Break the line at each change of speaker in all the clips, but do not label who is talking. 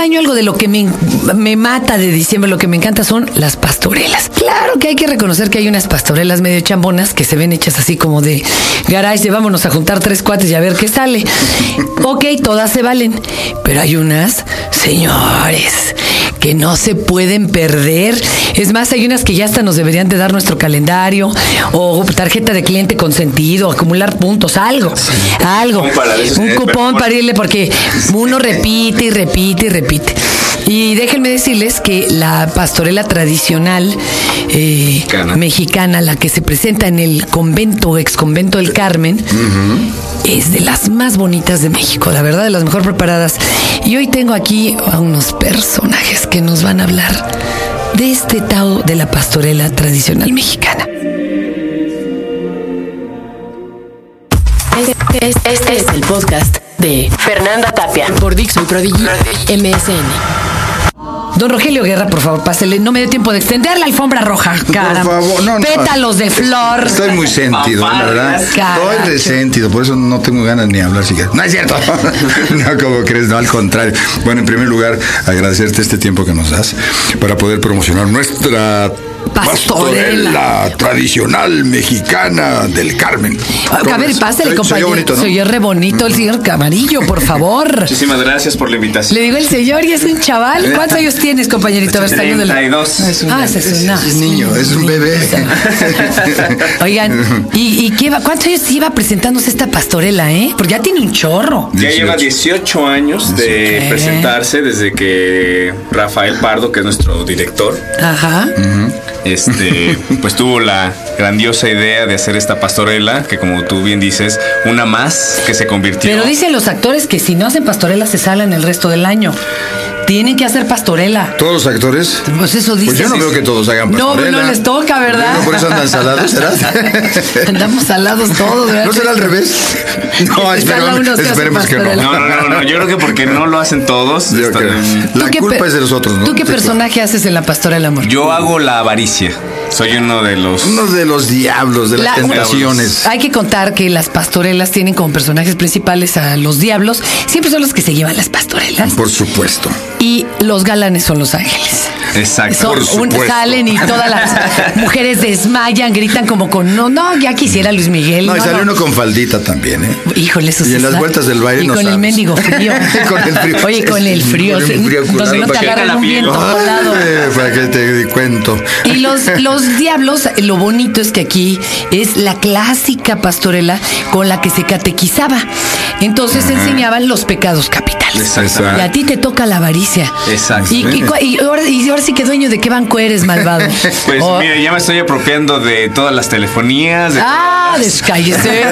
año algo de lo que me, me mata de diciembre, lo que me encanta son las pastorelas. Claro que hay que reconocer que hay unas pastorelas medio chambonas que se ven hechas así como de garage, de vámonos a juntar tres cuates y a ver qué sale. Ok, todas se valen, pero hay unas, señores, que no se pueden perder. Es más, hay unas que ya hasta nos deberían de dar nuestro calendario o tarjeta de cliente consentido, acumular puntos, algo, algo.
Un para veces,
Un
eh,
cupón
pero-
para irle porque uno repite y repite y repite. Y déjenme decirles que la pastorela tradicional eh,
Mexicana.
mexicana, la que se presenta en el convento, ex convento del Carmen, es de las más bonitas de México, la verdad, de las mejor preparadas. Y hoy tengo aquí a unos personajes que nos van a hablar de este tao de la pastorela tradicional mexicana.
Este es, este es el podcast de Fernanda Tapia por Dixon Prodigy MSN.
Don Rogelio Guerra, por favor, pásele. No me dio tiempo de extender la alfombra roja, cara.
favor, no, no.
Pétalos de flor.
Estoy muy sentido, ¿eh? la verdad.
Carajo.
Estoy resentido, por eso no tengo ganas ni hablar siquiera. No es cierto. No, como crees, no, al contrario. Bueno, en primer lugar, agradecerte este tiempo que nos das para poder promocionar nuestra
Pastorela.
tradicional mexicana del Carmen.
A ver, pásele,
Soy- soy
compañero.
yo bonito, ¿no?
Soy yo re bonito, el señor Camarillo, por favor.
Muchísimas gracias por la invitación.
Le digo el señor y es un
Eh.
chaval. ¿Cuántos años tienes, compañerito? A ver, salúdelo.
32.
Ah, se suena.
Es niño, es un bebé.
Oigan, ¿y, y qué va? ¿cuántos años lleva presentándose esta pastorela, eh? Porque ya tiene un chorro.
Ya lleva 18 años de
Ok.
presentarse desde que Rafael Pardo, que es nuestro director,
Ajá.
este, pues tuvo la grandiosa idea de hacer esta pastorela, que como tú bien dices, una más que se convirtió.
Pero dicen los actores que si no hacen pastorela se salen el resto del año. Tienen que hacer pastorela.
Todos los actores.
Pues eso dice.
Pues yo no veo que todos hagan
No,
pastorela.
no les toca, ¿verdad?
No, por eso andan salados, ¿será?
Andamos salados todos, ¿verdad?
¿No será al revés? No,
Está la uno,
esperemos,
se hace
esperemos que
pastorela.
no.
No, no, no, no, yo creo que porque no lo hacen todos.
Yo
están-
creo.
¿Tú
La
qué
culpa
pe-
es de los otros, ¿no?
¿Tú qué
Sí,
personaje haces en la pastorela, amor?
Yo hago la avaricia. Soy uno de los...
Uno de los diablos, de las
La-
tentaciones.
Hay que contar que las pastorelas tienen como personajes principales a los diablos. Siempre son los que se llevan las pastorelas.
Por supuesto.
Y los galanes son los ángeles.
Exacto.
Son un-
Ah, supuesto.
salen y todas las mujeres desmayan, gritan como con no, no, ya quisiera Luis Miguel.
No, y
no,
salió
no".
uno con faldita también, ¿eh?
Híjole, eso
Y
sí
en las
sabe.
vueltas del baile
Y
no
con el
sabes.
mendigo frío.
Con el frío.
Oye, con el frío.
Con el
sí.
frío
Donde no
culado.
te agarran un viento colado.
Ay, para que te cuento.
Y los, los diablos, lo bonito es que aquí es la clásica pastorela con la que se catequizaba. Entonces enseñaban los pecados capitales. Y a
Exacto.
ti te toca la avaricia.
Exacto.
Y, y cua- y ahora, y ahora sí que dueño de qué banco eres, malvado.
Pues
O-
mira, ya me estoy apropiando de todas las telefonías. de-
Ah, descállese.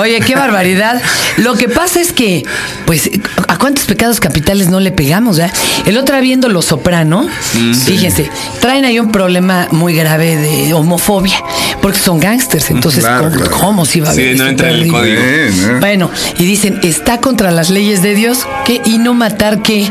Oye, qué barbaridad. Lo que pasa es que, pues, ¿a cuántos pecados capitales no le pegamos? ya? El otro día viendo Los Soprano,
Mm,
fíjense, traen ahí un problema muy grave de homofobia, porque son gángsters, entonces,
Claro,
¿cómo,
claro.
cómo se iba a
Sí,
ver?
no
eso
entra en el
terrible?
código.
Bien, ¿eh?
Bueno, y dicen, está contra las leyes de Dios, que y no matar qué,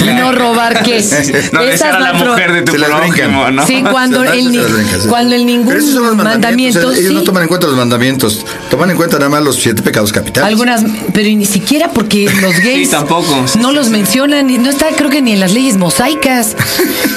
y no robar qué.
No, esa era
no
la
hay pro-
mujer de tu
Se las
prójimo,
brincan.
¿no?
Sí, cuando
Se
el,
dan
ni-
esas blancas.
cuando el
Pero esos son los
ningún
mandamientos,
mandamiento,
o sea, Ellos
sí,
no toman en cuenta los mandamientos. Toman en cuenta nada más los siete pecados capitales.
algunas, pero ni siquiera porque los gays
tampoco. Sí,
no
sí,
los mencionan, y no está creo que ni en las leyes mosaicas.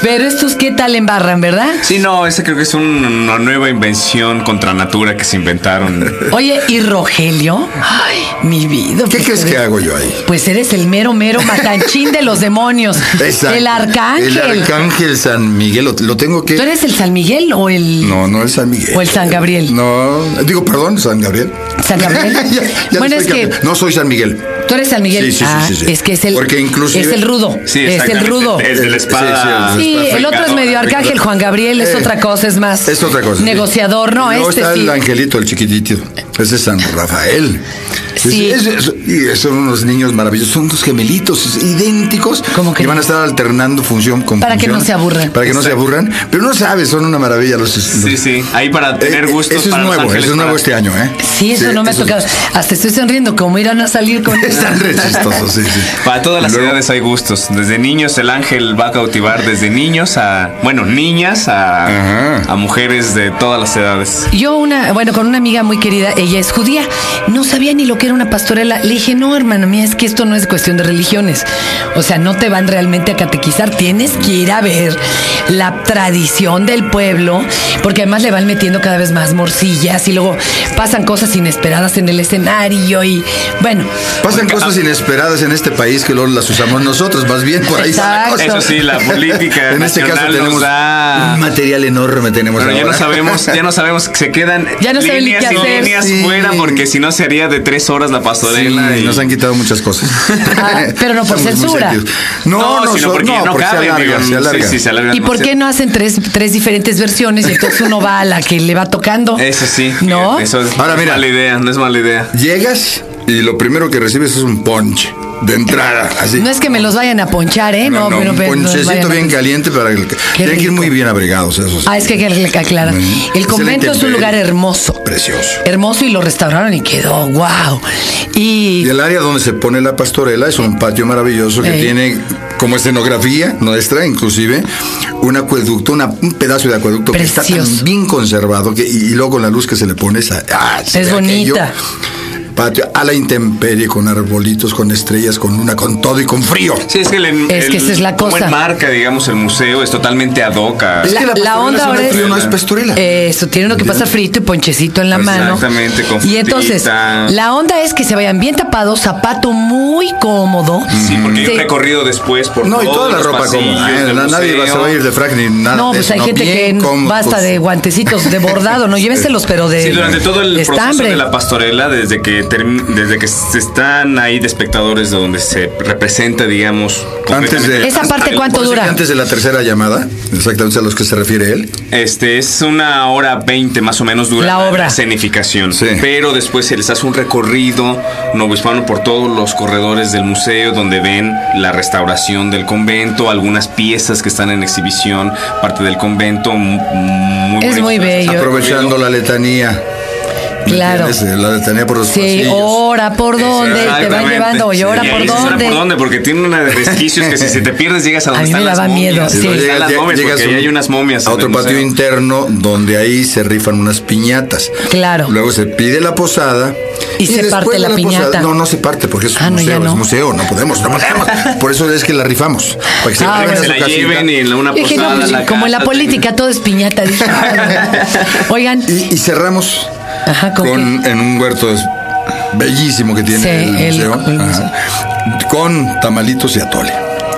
pero estos qué tal embarran, ¿verdad?
Sí, no, esa creo que es un- una nueva invención contra natura que se inventaron.
Oye, ¿y Rogelio? Ay, mi vida.
¿Qué
pues,
crees que
eres-
hago yo ahí?
Pues eres el mero, mero matanchín de los demonios.
Exacto.
El arcángel.
El arcángel San Miguel. Lo, lo tengo que.
¿Tú eres el San Miguel o el
No, no el San Miguel.
O el San Gabriel.
No, digo, perdón, San Gabriel.
San Gabriel?
Ya- ya
bueno,
no
es
soy
que
Gabriel. No soy San Miguel.
tú eres San Miguel.
Sí, sí, sí,
Ah,
sí, sí.
es que es el
Porque inclusive-
es el rudo.
Sí,
es el
exactamente,
rudo.
Es de la espada.
Sí,
Sí,
Después
el otro es medio arcángel, Juan Gabriel es
Eh,
otra cosa, es más
Es otra cosa. sí.
negociador, no,
Y luego
este
está
sí.
el angelito, el chiquitito. Ese es San Rafael.
Sí.
Es- es- y son unos niños maravillosos, son unos gemelitos es- idénticos
¿Cómo que
van
no?
a estar alternando función con
Para que
función,
no se aburran.
Para que no se aburran, pero no sabes, son una maravilla los.
Sí, sí. Ahí para tener gustos
Eh, Eso es
para Los
nuevo,
Ángeles,
eso es nuevo
para-
este año, ¿eh?
Sí, eso no me ha
eso-
tocado. Hasta estoy sonriendo, como irán a salir con
Están re chistosos, sí, sí.
Para todas las
Luego-
edades hay gustos. Desde niños el ángel va a cautivar desde niños a, bueno, niñas a,
Ajá.
a mujeres de todas las edades.
Yo una, bueno, con una amiga muy querida, ella es judía. No sabía ni lo que era una pastorela. Le dije, no, hermana mía, es que esto no es cuestión de religiones. O sea, no te van realmente a catequizar. Tienes que ir a ver la tradición del pueblo, porque además le van metiendo cada vez más morcillas y luego pasan cosas inesperadas en el escenario y bueno.
Pasan cosas inesperadas en este país que luego las usamos nosotros, más bien por ahí. está la cosa.
Exacto.
Eso sí, la política
En este caso
nacional nos
tenemos
da-
un material enorme tenemos
Pero ya no
Pues ahora.
sabemos, ya no sabemos que se quedan
Ya no saben ni
líneas
qué
y
hacer.
líneas
Sí.
fuera porque si no sería de tres horas la pastorela.
Sí,
y...
nos han quitado muchas cosas.
Ah, pero no por
Estamos muy
censura.
sentidos. No, no,
sino
so-
porque
no,
ya no
porque se
caben,
alarga,
digo,
se
sí,
alarga.
sí, se alargan
¿Y por
demasiado.
qué no hacen tres, tres diferentes versiones y entonces uno va a la que le va tocando?
Eso sí. eh,
¿No?
Eso es,
Ahora,
no es
mira.
mala idea, no es mala idea.
Llegas y lo primero que recibes es un punch de entrada, así.
No es que me los vayan a ponchar, ¿eh? No, pero,
un
pero no los
ponchecito
vayan a-
bien caliente para el Tienen que ir
rico.
muy bien abrigados esos.
Ah, es que hay que aclarar.
Mm.
El convento es un
Excelente.
lugar hermoso.
Precioso.
Hermoso y lo restauraron y quedó, wow. Y
Y el área donde se pone la pastorela es un patio maravilloso que
Ey.
tiene como escenografía nuestra, inclusive, un acueducto, una- un pedazo de acueducto que está
Precioso.
tan bien conservado que, y, y luego con la luz que se le pone esa, ah, se
Es
ve aquello.
bonita.
Patio a la intemperie, con arbolitos, con estrellas, con luna, con todo y con frío.
Sí, es que, el,
Es que
el-
esa es la
Como
cosa.
enmarca, digamos, el museo, es totalmente ad hoc a-
Es que
la,
la
la
pastorela
onda
es un
ahora es. Eh,
atrio, no es pastorela.
Eso, tiene uno que pasar frito y ponchecito en la mano.
Pues Exactamente, con
Y entonces,
frutita.
la onda es que se vayan bien tapados, zapato muy cómodo.
Sí, porque
Se-
hay un recorrido después por
No, y
todos
toda la
los
ropa
pasillos
cómoda. ¿eh?
del
Na- Nadie va,
museo.
se va a ir de frac ni nada.
No,
de
pues
eso,
hay gente
Bien
que n-
cómodos.
basta de guantecitos de bordado, no llévenselos, pero de.
Sí, durante todo el
de
proceso
estambre.
de la pastorela, desde que termi- desde que se están ahí de espectadores de donde se representa, digamos,
Antes de-
Esa parte, ¿cuánto
Por si que
dura?
Antes de la tercera llamada, exactamente a los que se refiere él.
Este es una hora 20 más o menos dura
La obra.
escenificación.
Sí.
Pero después se les hace un recorrido novohispano por todos los corredores del museo donde ven la restauración del convento, algunas piezas que están en exhibición, parte del convento. m- Muy
Es
bonitas.
muy bello.
Aprovechando la letanía. ¿me
Claro.
entiendes? Eh, La letanía por los
Sí, oh,
pasillos.
hora por dónde, te van
Exactamente.
llevando, oye,
Sí,
ahora
y ahí
por
dices, ¿hora
dónde.
por dónde? Porque tiene una de resquicios que si se te pierdes llegas a donde
A mí
están
me
las
daba
momias.
miedo,
Y
sí.
luego
Llegas-
están las
lleg-
momias, porque
un-
ahí hay unas momias.
a
en
otro
el
patio
museo.
interno donde ahí se rifan unas piñatas.
Claro.
Luego se pide la posada.
Y se
después
parte
de
la piñata.
posada- no, no se parte porque es un
Ah, no, ya
museo,
no.
es museo, no podemos, no podemos. Por eso es que la rifamos. Para que se,
Ah,
vayan
bueno.
a
Que
su
se la
casita.
lleven y en una
Yo dije, no,
posada.
pues,
la
como en la
casa,
política todo es piñata. dije, ah, no. Oigan,
Y, y cerramos
Ajá, ¿con
con- en un huerto es- bellísimo que tiene
Sí,
el
el-
museo.
el
ajá, con tamalitos y atole.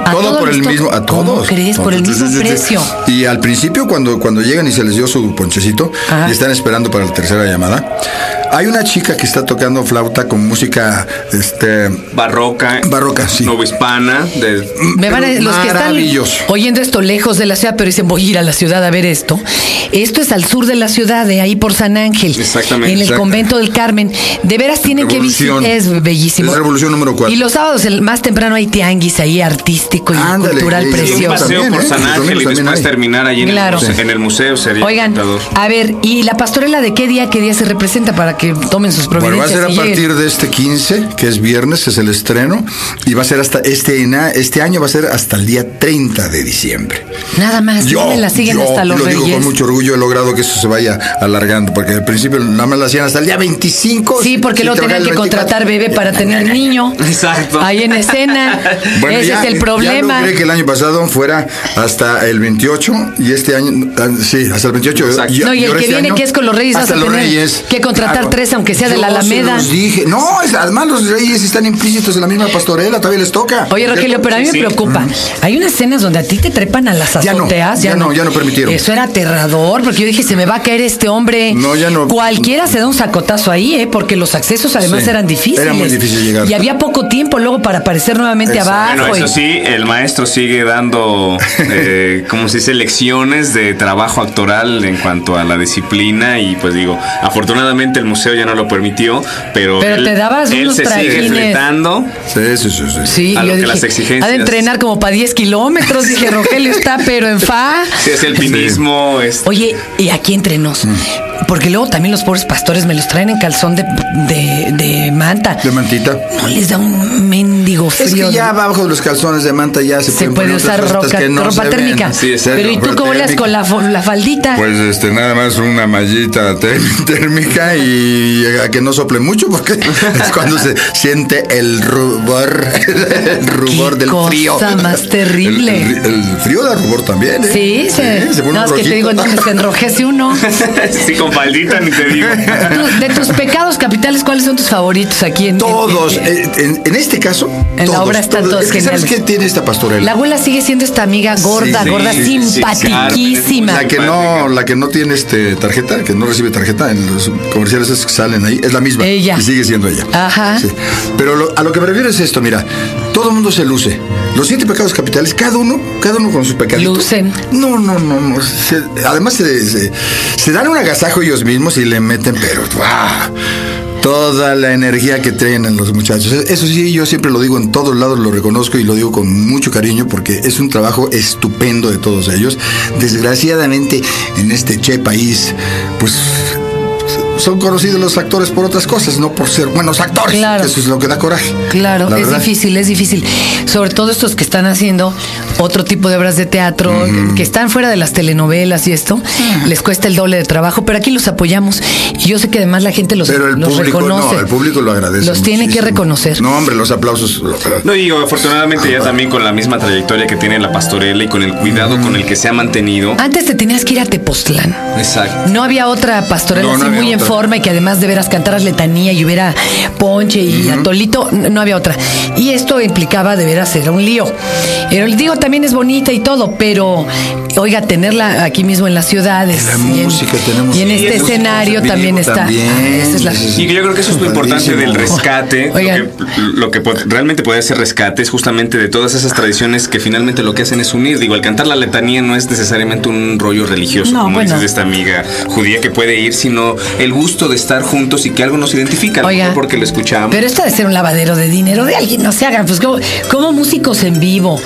¿A
todo
todos
por
les
el
to-
mismo, a
¿Cómo
todos.
crees? Por el mismo precio.
Y al principio, cuando, cuando llegan y se les dio su ponchecito
Ajá.
y están esperando para la tercera llamada, hay una chica que está tocando flauta con música este
barroca,
barroca, sí.
novohispana, de
me van a-
pero
los que están
maravilloso.
oyendo esto lejos de la ciudad, pero dicen voy a ir a la ciudad a ver esto. Esto es al sur de la ciudad, de ahí por San Ángel,
Exactamente,
en el
exacto.
convento del Carmen. De veras tienen que visitar,
Revolución.
es bellísimo.
Es revolución número cuatro.
Y los sábados el más temprano hay tianguis ahí artístico y
Ándale,
cultural
y- y un
un
precioso.
paseo
También,
por
¿eh?
San
Los
Ángel
domingos
y
también
después
hay.
terminar allí en el
Claro.
museo- en el museo sería
Oigan,
encantador.
a ver, ¿y la pastorela de qué día, qué día se representa para que tomen sus
Bueno, va a
providencias?
ser a
y lleguen?
partir de este 15, que es viernes, es el estreno, y va a ser hasta este, ena- este año, va a ser hasta el día 30 de diciembre.
Nada más, ¿dónde la siguen
yo
hasta los
lo digo
reyes?
con mucho orgullo, he logrado que eso se vaya alargando, porque al principio nada más la hacían hasta el día 25.
Sí, porque
si
luego
trabajan
tenían
el
que
24.
contratar bebé para tener niño.
Exacto.
Ahí en escena.
Bueno,
Ese
ya-
es el
Ya
problema.
logré que el año pasado fuera hasta el 28 y este año, ah, sí, hasta el 28.
Exacto.
No, y el
ahora
que
este
viene, que es con los Reyes,
hasta
vas a
los
tener
Reyes.
que contratar tres, aunque sea de la
Yo se
Alameda. Eh.
los dije. No, es- además los Reyes están implícitos en la misma pastorela, todavía les toca.
Oye, Rogelio, pero a mí
Sí,
me
sí.
preocupa. Hay unas escenas donde a ti te trepan a las
Ya no,
azoteas.
ya no, ya no permitieron.
Eso era aterrador, porque yo dije, se me va a caer este hombre.
No, ya no.
Cualquiera se da un sacotazo ahí, ¿eh? Porque los accesos además
Sí,
eran difíciles.
era muy difícil llegar.
Y había poco tiempo luego para aparecer nuevamente
Exacto.
abajo.
Bueno,
y-
eso sí, el maestro sigue dando, eh, como se dice, lecciones de trabajo actoral en cuanto a la disciplina y pues digo, afortunadamente el museo ya no lo permitió, pero,
Pero
él,
te dabas
él
unos
se sigue
traguines.
fletando.
Sí, sí, sí. sí.
Sí,
a
yo
lo que
dije,
las exigencias-
ha de entrenar como para 10 kilómetros. Dije, Rogelio está, pero en fa.
Se hace este, el pinismo, es-
Oye, y aquí entre nos.
Mm.
Porque luego también los pobres pastores me los traen en calzón de, de, de manta.
De mantita.
No les da un mendigo
Es
frío.
que ya abajo de los calzones de manta ya se,
Se
pueden
puede
poner otras
usar
cosas
roca-
que no se
ropa
ven.
térmica.
Sí, exacto,
pero ¿y tú
ropa
cómo las
térmica.
con la, fo- la faldita?
Pues este, nada más una mallita té- térmica y y a que no sople mucho porque es cuando se siente el rubor, el rubor
Qué
del
cosa
frío.
más terrible.
El, el- el frío da rubor también. ¿eh?
Sí, se,
pone
no, es que te digo,
rojito.
entonces se enrojece uno.
Sí, con faldita ni te digo.
Tus- De tus pecados capitales, ¿cuáles son tus favoritos aquí en
Todos,
en- en-
eh, en, en este caso,
En la
todos,
obra están todos
Es que ¿Sabes
geniales.
qué tiene esta pastorela?
La abuela sigue siendo esta amiga gorda,
Sí,
gorda,
sí, sí,
simpatiquísima.
Carmen.
La que no, la que no tiene este tarjeta, que no recibe tarjeta en los comerciales esos que salen ahí, es la misma.
Ella. Ah,
Y sigue siendo ella.
Ajá.
Sí. Pero lo- a lo que me refiero es esto, mira, todo el mundo se luce. Los siete pecados capitales, cada uno, cada uno con sus pecaditos.
Lucen.
No, no, no, no. se- además se, se- se dan un agasajo ellos mismos y le meten, pero ¡guau! Toda la energía que traen los muchachos. Eso sí, yo siempre lo digo en todos lados, lo reconozco y lo digo con mucho cariño porque es un trabajo estupendo de todos ellos. Desgraciadamente, en este che país, pues son conocidos los actores por otras cosas, no por ser buenos actores.
Claro.
Eso es lo que da coraje.
Claro,
la
es
verdad.
difícil, es difícil. Sobre todo estos que están haciendo otro tipo de obras de teatro, que están fuera de las telenovelas y esto, les cuesta el doble de trabajo, pero aquí los apoyamos. Y yo sé que además la gente los,
Pero el
los
público
reconoce.
no, el público lo agradece.
Los tiene que
muchísimo.
reconocer.
No, hombre, los aplausos. lo-
No, y afortunadamente ya también con la misma trayectoria que tiene la pastorela y con el cuidado con el que se ha mantenido.
Antes te tenías que ir a Tepoztlán.
Exacto.
No había otra pastorela
No, no
así
había
muy en
otra.
forma y que además de veras cantaras letanía y hubiera ponche y atolito, n- no había otra. Y esto implicaba de veras, era un lío. Pero el digo, también es bonita y todo, pero oiga, tenerla aquí mismo en las ciudades.
La
y en-
música, tenemos-
Y en
Sí,
este
música,
escenario
vivo
también está.
también,
Ah, esa es la-
ese es
Y yo creo que eso es lo importante del
Padrísimo.
rescate. Lo
Oigan.
que, lo que po- realmente puede ser rescate es justamente de todas esas tradiciones que finalmente lo que hacen es unir. Digo, al cantar la letanía no es necesariamente un rollo religioso,
No,
como
bueno.
dices de esta amiga judía que puede ir, sino el gusto de estar juntos y que algo nos identifica. a lo
Oiga,
mejor porque lo escuchamos.
Pero esto ha de ser un lavadero de dinero de alguien, no se hagan. Pues como, como músicos en vivo,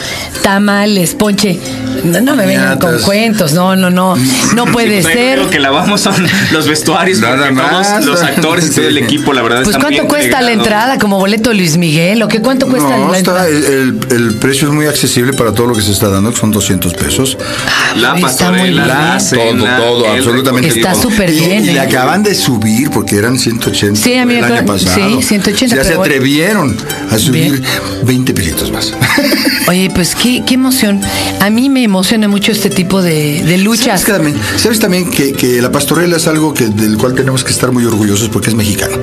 tamales, ponche. No, no me vengan con
Piñatas.
cuentos, no, no, no. No puede
O sea,
ser.
Lo que lavamos son los vestuarios,
Nada
porque
más.
todos los actores y todo el equipo, la verdad.
Pues
están
cuánto
bien
cuesta la
entregados.
entrada como boleto de Luis Miguel o qué cuánto cuesta
No,
la entrada.
está, el, el- el precio es muy accesible para todo lo que se está dando, que son 200 pesos.
La
Está muy
pastorela,
bien.
la cena,
todo, todo,
el
absolutamente
Está
todo.
súper
Y-
bien,
Y, le
¿eh?
acaban de subir porque eran 180
Sí, a mí
el
me
año
acuerdo-
pasado.
sí, 180,
Ya se
pero bueno.
atrevieron a subir
Bien.
20 pilitos más.
Oye, pues qué, qué emoción. A mí me emociona mucho este tipo de, de
¿Sabes,
luchas.
que también, sabes también que, que la pastorela es algo que, del cual tenemos que estar muy orgullosos porque es mexicano.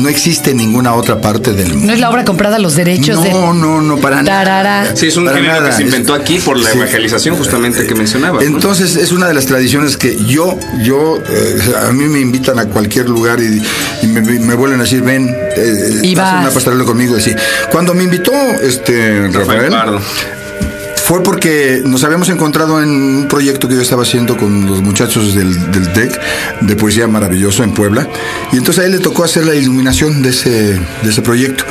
No existe en ninguna otra parte del mundo.
No es la obra comprada los derechos de.
No, no, no, para
Tarara.
nada.
Sí, es un
Para
género
nada.
que se
Es-
inventó aquí por la
Sí.
evangelización justamente que mencionabas. ¿no?
Entonces es una de las tradiciones que yo, yo, eh, a mí me invitan a cualquier lugar y, y me, me vuelven a decir, ven, eh,
Y
haz
vas.
una pastorela conmigo. Y sí. Cuando me invitó este
Rafael
Rafael,
Pardo.
fue porque nos habíamos encontrado en un proyecto que yo estaba haciendo con los muchachos del, del TEC, de Poesía Maravilloso en Puebla, y entonces a él le tocó hacer la iluminación de ese, de ese proyecto.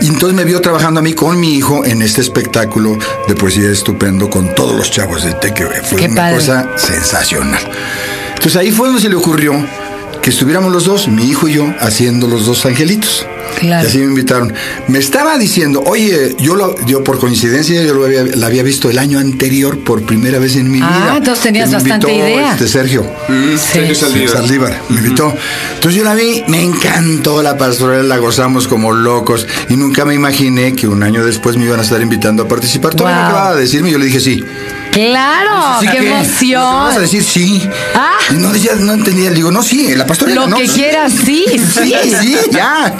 Y entonces me vio trabajando a mí con mi hijo en este espectáculo de poesía estupendo con todos los chavos del TEC, que fue
Qué
una
padre.
cosa sensacional. Entonces ahí fue donde se le ocurrió que estuviéramos los dos, mi hijo y yo, haciendo los dos angelitos.
Claro.
Y así me invitaron. Me estaba diciendo, oye, yo lo, yo por coincidencia yo lo había, la había visto el año anterior por primera vez en mi
Ah,
vida.
entonces tenías
Que me
bastante
invitó,
idea.
Este Sergio.
Mm, Sergio Saldívar.
Saldívar, me invitó. Entonces yo la vi, me encantó la pastorela, la gozamos como locos y nunca me imaginé que un año después me iban a estar invitando a participar. Todo
Wow.
acababa de decirme, yo le dije sí.
Claro,
Así
qué
que, ¿no te Vas a
emoción.
decir sí.
Ah.
Y no, ya no entendía, le digo, no, sí, la pastorela.
Lo
no,
que
sí.
quieras, sí, sí.
Sí, sí, ya.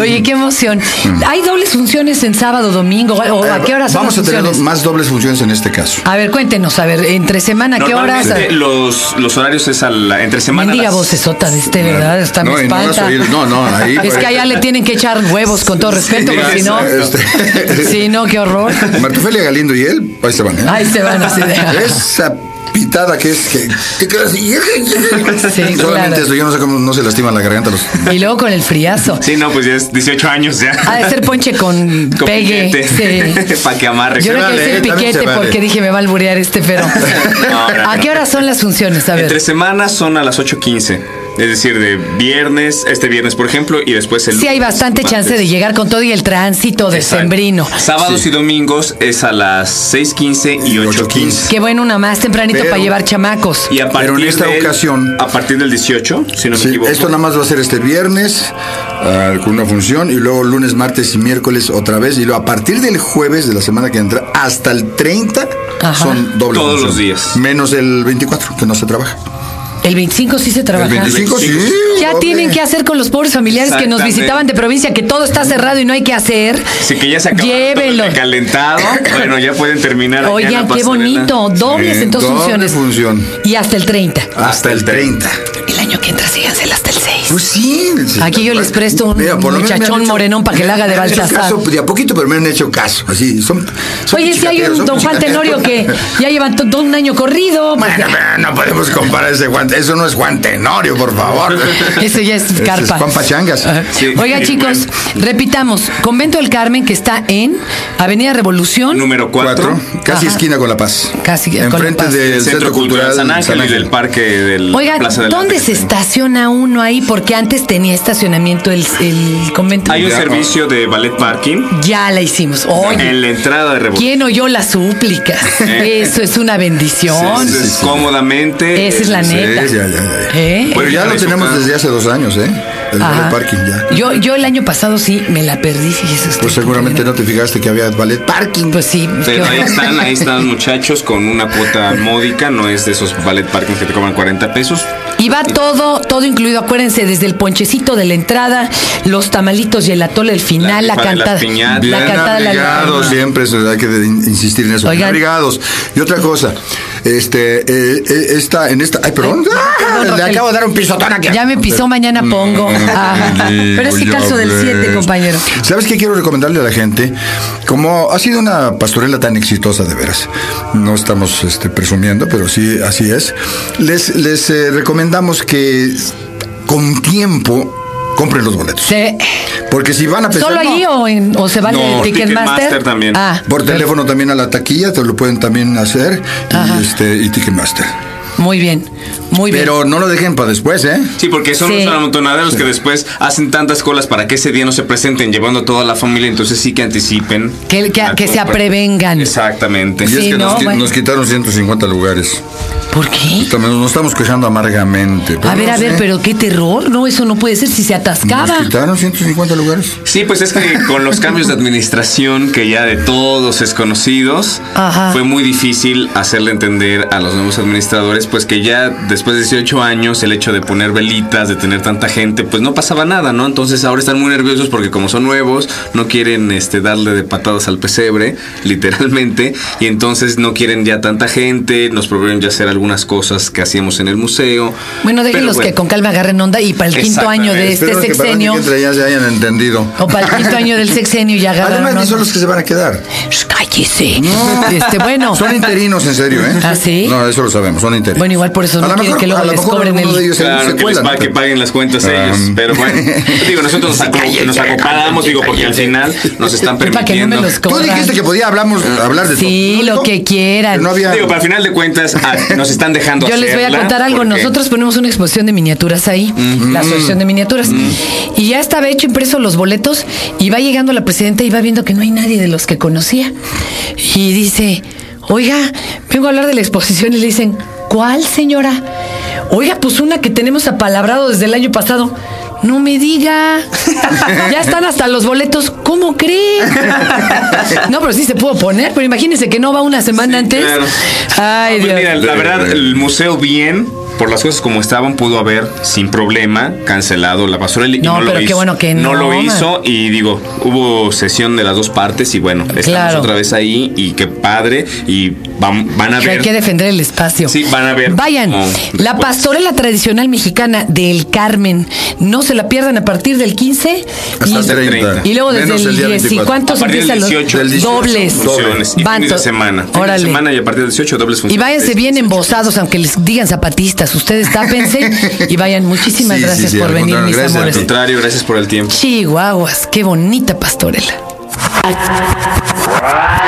Oye, qué emoción. Hay dobles funciones en sábado, domingo. ¿O a qué horas son
Vamos a
las
tener
funciones?
más dobles funciones en este caso.
A ver, cuéntenos, a ver, entre semana, ¿qué horas?
Normalmente los, los horarios es a la- entre semana. a
Mendiga
las-
vocesota de este, ¿verdad? Está
No,
me
y no las
espanta.
oí- no, no, ahí,
es
pues.
que allá le tienen que echar huevos con todo respeto,
Sí,
porque si no.
este-
Sí, no, qué horror.
Martufelia Galindo y él, ahí se van. ¿eh?
Ahí se van así de.
Esa pitada que es que. que queda así. Solamente
claro.
eso, yo no sé cómo no se lastima la garganta. Los,
Y luego con el friazo.
Sí, no, pues ya es 18 años ya.
Ha de ser ponche con,
Con
pegue.
piquete.
sí.
Para que amarre.
Yo
Se
le
vale,
quería
¿eh?
decir
También se
piquete
vale.
porque dije me va a alburear este pero.
no, no.
¿A qué horas son las funciones? A ver.
Entre semanas son a las 8.15. Es decir, de viernes, este viernes, por ejemplo, y después el
Sí, hay
lunes,
bastante
martes.
chance de llegar con todo y el tránsito de
Exacto.
sembrino.
Sábados y domingos es a las 6.15 y 8.15.
Qué bueno, una más tempranito
Pero-
para llevar chamacos.
Y a partir
Pero en esta
del-
ocasión-
A partir del 18, si no me
Sí,
equivoco.
esto nada más va a ser este viernes ah, con una función y luego lunes, martes y miércoles otra vez. Y luego a partir del jueves de la semana que entra hasta el 30
Ajá.
son doble
Todos
función.
los días.
Menos el 24, que no se trabaja.
El 25 sí se
El
trabaja.
25 sí.
Ya
doble.
tienen que hacer con los pobres familiares que nos
Exactamente.
visitaban de provincia, que todo está cerrado y no hay que hacer.
Así que ya se acabó
Llévenlo.
el calentado. Bueno, ya pueden terminar. allá en la
Oigan, qué
pasarela.
bonito. Dobles
Sí,
entonces
doble
funciones.
función.
Y hasta el 30.
Hasta el 30.
El año que entra, síganse hasta el 6.
Pues sí. sí.
Aquí yo les presto un
por lo menos me han
muchachón
hecho-
morenón para que la haga de
me han hecho
Baltasar.
caso pues, De a poquito, pero me han hecho caso. Así, son, son
Oye, si hay un
pichicateros, son
don Juan Tenorio
pichicateros.
que ya llevan to- todo un año corrido. pues
Bueno, pero no podemos comparar ese Juan. Eso no es Juan Tenorio, por favor.
Eso ya es
Ese
carpa.
Es Juan Pachangas.
Ajá.
Sí,
Oigan,
sí,
chicos, repitamos. Convento del Carmen, que está en Avenida Revolución.
Número 4.
Cuatro, casi
Ajá.
esquina con La Paz.
Casi con La
Enfrente
Paz.
del
El Centro, Cultural, San Ángel y del Parque del
Oigan,
Plaza de la
¿dónde se estaciona uno ahí? Porque antes tenía estacionamiento el, el convento.
Hay un
Ya,
servicio de ballet parking
Ya la hicimos. Oye,
en la entrada de Revolución.
¿quién oyó las súplicas?
Eh.
Eso es una bendición.
Entonces,
sí, sí.
cómodamente.
Esa es la
Sí,
neta.
ya, ya, ya.
¿Eh?
Pero ya lo tenemos desde hace dos años, ¿eh? El
Ajá.
ballet parking ya.
Yo, yo el año pasado sí me la perdí. fíjese usted.
Pues seguramente no te fijaste que había ballet parking.
Pues sí.
Pero
yo-
ahí están, ahí están muchachos con una cuota módica, no es de esos ballet parkings que te cobran 40 pesos.
Y va todo, todo incluido, acuérdense, desde el ponchecito de la entrada, los tamalitos y el atole al final, la,
rifa de las
cantada.
piñatas.
la
Bien
cantada de la-
abrigados, siempre eso, hay que de- in- insistir en eso. Bien
Oigan.
abrigados. Y otra cosa, este, eh, eh, esta, en esta, ay, perdón, ¡Ah!
perdón,
le
Rogelio.
acabo de dar un pisotón aquí. Mm,
Ya me pisó, mañana pongo. Ah, pero es que calzo del 7, compañero.
¿Sabes qué quiero recomendarle a la gente? Como ha sido una pastorela tan exitosa, de veras, no estamos este, presumiendo, pero sí, así es, les, les eh, recomendamos que con tiempo compren los boletos.
Se-
Porque si van a pensar...
¿Solo
no,
allí o, en- o se vale
No,
el Ticketmaster?
Ticketmaster también.
Ah,
Por teléfono también a la taquilla, te lo pueden también hacer.
Ajá.
Y, este, y Ticketmaster.
muy bien, muy bien.
Pero no lo dejen para después, ¿eh?
Sí, porque son
Sí.
una montonada de los que después hacen tantas colas para que ese día no se presenten llevando a toda la familia, entonces sí que anticipen.
Que- que-
la
que se
compra.
aprevengan.
Exactamente.
Y es
Sí,
que nos,
no,
qui-
bueno.
nos quitaron 150 lugares.
¿Por qué?
También Nos estamos quejando amargamente. pero
A ver,
no
a ver,
sé.
pero qué terror. No, eso no puede ser si se atascaba.
Nos quitaron 150 lugares.
Sí, pues es que con los cambios de administración que ya de todos es conocidos,
Ajá.
fue muy difícil hacerle entender a los nuevos administradores, pues que ya después de 18 años el hecho de poner velitas, de tener tanta gente, pues no pasaba nada, ¿no? Entonces ahora están muy nerviosos porque como son nuevos, no quieren este darle de patadas al pesebre, literalmente, y entonces no quieren ya tanta gente, nos prohibieron ya hacer algunas cosas que hacíamos en el museo.
Bueno,
Pero
déjenlos que
bueno.
con calma agarren onda y para el quinto año de
Exactamente.
este
Espero que para
sexenio.
que entre ya se hayan entendido.
O para el quinto año del sexenio ya agarraron.
Además, ni
onda.
son los que se van a quedar.
Shh, ¡Cállese! Este, bueno.
Son interinos, en serio, ¿eh?
¿Ah, sí?
No, eso lo sabemos, son interinos.
Bueno, igual por eso
A
no
lo
quieren
mejor-
que luego
a lo
les
mejor
cobren
alguno
el-
de ellos se- se
Claro, que, les
cuela,
pa-
¿no?
que paguen las cuentas
Ah.
ellos. Pero bueno, digo, nosotros nos, aco-
Cállate,
nos acoplamos, digo, porque al
cállate.
final nos están
Es para que no me
permitiendo.
los
Tú
cobran.
dijiste que podía hablamos, hablar de
Sí,
todo. ¿No
lo
dijo?
que quieran.
no había...
Digo, para final de cuentas, a- nos están dejando.
Yo les voy a
hacerla,
contar algo.
porque-
Nosotros ponemos una exposición de miniaturas ahí, la asociación de miniaturas. Y ya estaba hecho impreso los boletos y va llegando la presidenta y va viendo que no hay nadie de los que conocía. Y dice, oiga, vengo a hablar de la exposición y le dicen, ¿cuál señora? Oiga, pues una que tenemos apalabrado desde el año pasado. No me diga. Ya están hasta los boletos. ¿Cómo cree? No, pero sí se pudo poner. Pero imagínense que no va una semana antes.
claro.
Ay,
Pues
Dios.
mira, la
Dios.
verdad, el museo bien, por las cosas como estaban, pudo haber sin problema cancelado la pastorela y
No,
no, lo
pero qué
hizo.
bueno que no,
lo
man.
hizo y digo, hubo sesión de las dos partes y bueno, estamos
Claro.
otra vez ahí y qué padre y van, van a
Que
ver.
hay que defender el espacio.
Sí, van a ver
Vayan.
cómo-
la
pues.
pastorela tradicional mexicana del Carmen. No se la pierdan a partir del 15
Hasta el
y,
30.
y luego desde
Menos
el,
el día
10. ¿Y
24.
cuántos
A partir del
empiezan los
18. Del 18.
dobles?
funciones y
Van
fines de
to-
semana. Fin de
Órale.
semana y a partir del 18 dobles
Y
funciones.
váyanse bien embosados, aunque les digan zapatistas. Ustedes tápense y vayan. Muchísimas
Sí, sí,
gracias
sí,
por
al
venir,
contrario,
mis
gracias a
Al
amores.
ti.
contrario, gracias por el tiempo.
Chihuahuas, qué bonita pastorela.